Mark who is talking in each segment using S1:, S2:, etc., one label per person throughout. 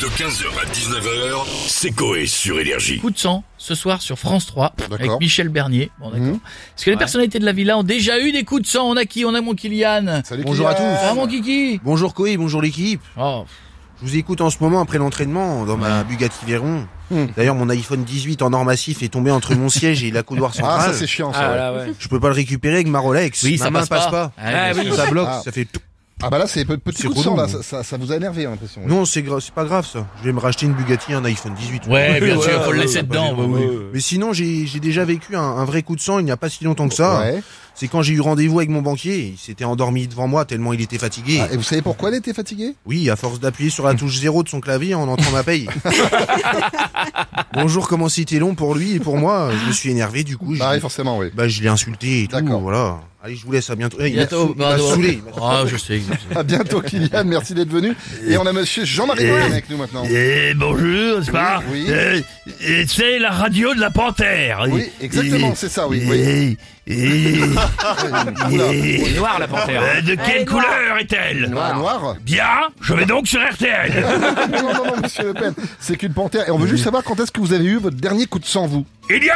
S1: De 15h à 19h, c'est Coé sur Énergie.
S2: Coup de sang ce soir sur France 3 avec
S3: D'accord.
S2: Michel Bernier. Bon, d'accord.
S3: Mhm.
S2: Parce que les personnalités de la villa ont déjà eu des coups de sang. On a qui On a mon Kylian.
S3: Salut
S4: Bonjour à
S3: Kylian.
S4: tous.
S2: Ah, mon Kiki.
S4: Bonjour Koé, bonjour l'équipe.
S2: Oh,
S4: Je vous écoute en ce moment après l'entraînement dans ma Bugatti Veyron.
S3: Hmm.
S4: D'ailleurs, mon iPhone 18 en or massif est tombé entre mon siège et la couloir
S3: Ah, ça
S4: centrale.
S3: c'est chiant ça.
S5: Ah,
S3: ouais.
S5: là, ouais.
S4: je peux pas le récupérer avec ma Rolex.
S2: oui,
S4: ma
S2: ça
S4: main
S2: passe pas.
S5: Ah,
S2: bien
S5: oui.
S2: sûr.
S4: Ça bloque,
S3: Ah.
S4: ça fait tout.
S3: Ah bah là c'est pe- petit
S4: C'est
S3: coup de sang,
S4: relou.
S3: là, ça, ça, ça vous a énervé j'ai l'impression.
S4: Non, c'est gra- c'est pas grave ça. Je vais me racheter une Bugatti, un iPhone 18.
S2: Ouais, bien
S5: Ouais,
S2: sûr, faut le
S5: ouais,
S2: laisser
S5: ouais,
S2: dedans. bah oui.
S4: Mais sinon, j'ai j'ai déjà vécu un, un vrai coup de sang il n'y a pas si longtemps que ça.
S3: Ouais.
S4: C'est quand j'ai eu rendez-vous avec mon banquier. Il s'était endormi devant moi tellement il était fatigué.
S3: Ah, et vous savez pourquoi elle était fatiguée
S4: Oui, à force d'appuyer sur la touche zéro de son clavier en entrant ma paye. Bonjour, comment c'était long pour lui et pour moi Je me suis énervé du coup. je-
S3: Bah oui forcément oui.
S4: bah, je l'ai insulté et tout.
S3: D'accord.
S4: Voilà. Allez, je vous laisse à bientôt. Eh, il m'a
S2: Bientôt,
S4: saou- il m'a
S2: pardon.
S4: saoulé, il m'a-
S2: Ah, je sais.
S3: À bientôt Kylian, merci d'être venu. Et on a monsieur Jean-Marie
S6: Et-
S3: Noël avec nous maintenant.
S6: Eh bonjour, c'est pas
S3: Oui.
S6: Eh, eh, c'est la radio de la panthère.
S3: Oui, exactement,
S6: Eh,
S3: c'est ça, oui,
S6: eh, eh,
S3: Ah, Oula.
S6: eh,
S5: Il est noir, la
S3: hein.
S5: panthère.
S6: eh, de quelle couleur est-elle
S3: Noir. Noir. Ah,
S6: Bien, je vais donc sur RTL.
S3: Non, non, non, monsieur Le Pen, c'est qu'une panthère. Et on veut juste savoir quand est-ce que vous avez eu votre dernier coup de sang, vous
S6: Il y a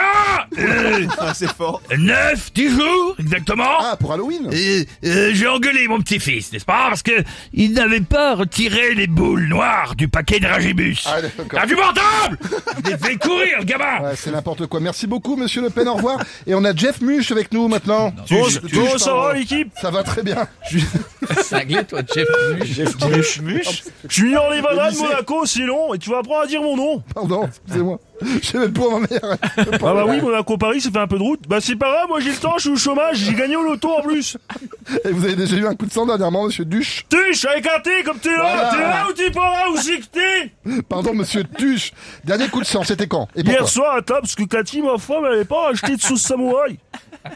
S6: euh,
S4: c'est fort.
S6: 9, 10 jours exactement.
S3: Ah, pour Halloween
S6: Euh, euh, j'ai engueulé mon petit-fils, n'est-ce pas Parce que il n'avait pas retiré les boules noires du paquet de Ragibus.
S3: Ah, d'accord.
S6: T'as du portable Je l'ai fait courir, le gamin
S3: Ouais, c'est n'importe quoi. Merci beaucoup, monsieur Le Pen. Au revoir. Et on a Jeff Muche avec nous maintenant.
S6: Bon-
S3: Tu- tu-
S6: Bonsoir, l'équipe
S3: Ça va très bien.
S2: Cinglé, toi, Jeff.
S5: Mouche, mouche.
S6: Junior Levada
S3: Le
S6: de
S3: lycée.
S6: Monaco, c'est long, et tu vas apprendre à dire mon nom.
S3: Pardon, excusez-moi. J'ai même pas ma mère.
S6: Ah bah oui, Monaco-Paris, ça fait un peu de route. Bah c'est pas grave, moi j'ai le temps, je suis au chômage, j'ai gagné au loto en plus.
S3: Et vous avez déjà eu un coup de sang dernièrement, monsieur Duche
S6: Tuche, avec un T comme t'es là,
S3: Voilà.
S6: t'es là ou t'es pas là, où c'est que t'es
S3: Pardon, monsieur Duche. Dernier coup de sang, c'était quand Et pourquoi
S6: Hier soir à table, parce que Cathy, ma femme, elle avait pas acheté de sauce samouraï.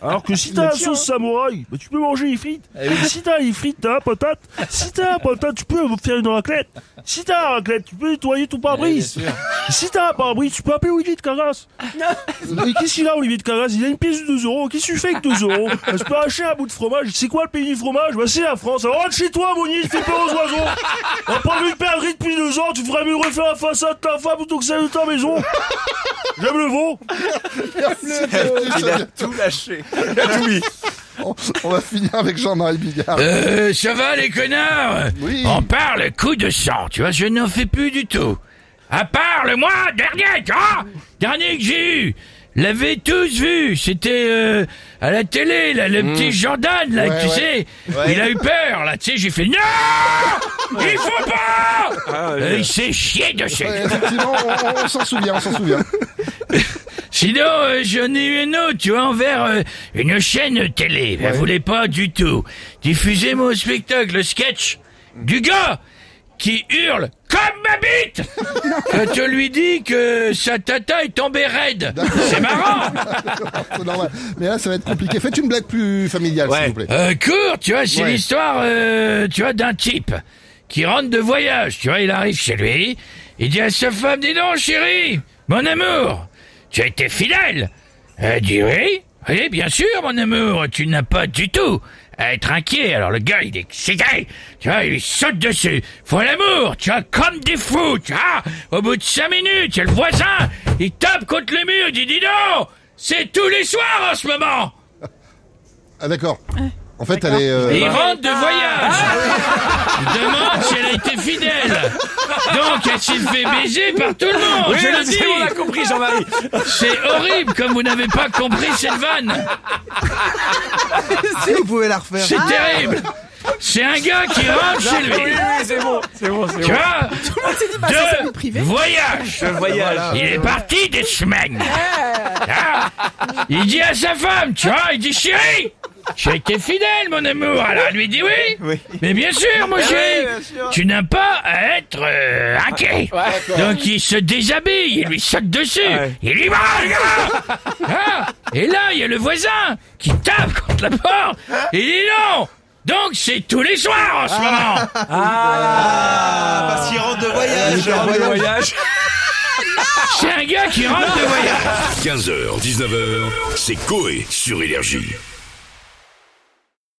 S6: Alors que si t'as la
S4: hein.
S6: sauce samouraï, bah tu peux manger les frites.
S4: Eh
S6: Si t'as les frites, t'as la patate. Si t'as la patate, tu peux me faire une raclette. Si t'as la raclette, tu peux nettoyer ton pare-brise. Si t'as un pare-brise, tu peux appeler Olivier de Carras. Mais qu'est-ce qu'il a, Olivier de Carras Il a une pièce de 2 euros. Qu'est-ce que tu fais avec 2 euros Bah, Je peux acheter un bout de fromage. C'est quoi le pays du fromage Bah, c'est la France. Alors, rentre chez toi, Monier, fais peur aux oiseaux. On a pas vu de perdre depuis 2 ans. Tu ferais mieux refaire la façade de ta femme plutôt que celle de ta maison. J'aime le veau.
S2: Ah,
S3: Il a tout lâché. On, on va finir avec Jean-Marie Bigard.
S5: Euh, ça va, les connards
S3: Oui.
S5: On parle coup de sang, tu vois, je n'en fais plus du tout. À part le mois dernier, tu vois Dernier que j'ai eu L'avez tous vu, c'était euh, à la télé, là, le petit gendarme, là,
S3: Mmh. Ouais,
S5: tu
S3: ouais.
S5: sais, il a eu peur, là, tu sais, j'ai fait non, il faut pas, Euh, il s'est chié de chez.
S3: Ah, Ouais, effectivement, on, on- on s'en souvient, on s'en souvient.
S5: Sinon, euh, j'en ai eu une autre, tu vois, envers euh, une chaîne télé. Elle voulait pas du tout diffuser mon spectacle, le sketch du gars qui hurle comme ma bite quand tu lui dis que sa tata est tombée raide. C'est marrant.
S3: C'est normal. Mais là, ça va être compliqué. Faites une blague plus familiale, s'il vous plaît.
S5: Euh, court, tu vois, c'est
S3: Ouais.
S5: l'histoire, euh, tu vois, d'un type qui rentre de voyage, tu vois, il arrive chez lui, il dit à sa femme, dis donc, chérie, mon amour, tu as été fidèle. Elle dit oui, oui, bien sûr, mon amour, tu n'as pas du tout à être inquiet. Alors le gars, il est excité, tu vois, il lui saute dessus. Faut l'amour, tu vois, comme des fous, tu vois. Au bout de cinq minutes, il y a le voisin, il tape contre le mur, il dit, dis donc, c'est tous les soirs en ce moment.
S3: Ah, d'accord. En fait, elle est. euh,
S5: Et il rentre de voyage. Il Bah, Ah demande si elle a été fidèle. Donc, elle s'est fait baiser par tout le monde. je le dis.
S2: on a compris, Jean-Marie.
S5: C'est horrible comme vous n'avez pas compris cette vanne.
S4: Si Ah, vous pouvez la refaire.
S5: C'est terrible. C'est un gars qui rentre chez lui.
S2: c'est bon, c'est bon, c'est
S5: Tu vois
S7: c'est
S5: de voyage. Il est parti des semaines. Ah, il dit à sa femme, tu vois, il dit chérie, j'ai été fidèle, mon amour. Alors elle lui dit oui. Mais bien sûr, mon chéri, tu n'as pas à être euh, inquiet. Donc il se déshabille, il lui saute dessus, il lui va. le gars. Ah, et là, il y a le voisin qui tape contre la porte. Il dit non. Donc c'est tous les soirs en ce moment.
S4: parce qu'il rentre de voyage.
S5: C'est un gars qui rentre de voyage.
S1: 15h, 19h, c'est Coé sur Énergie.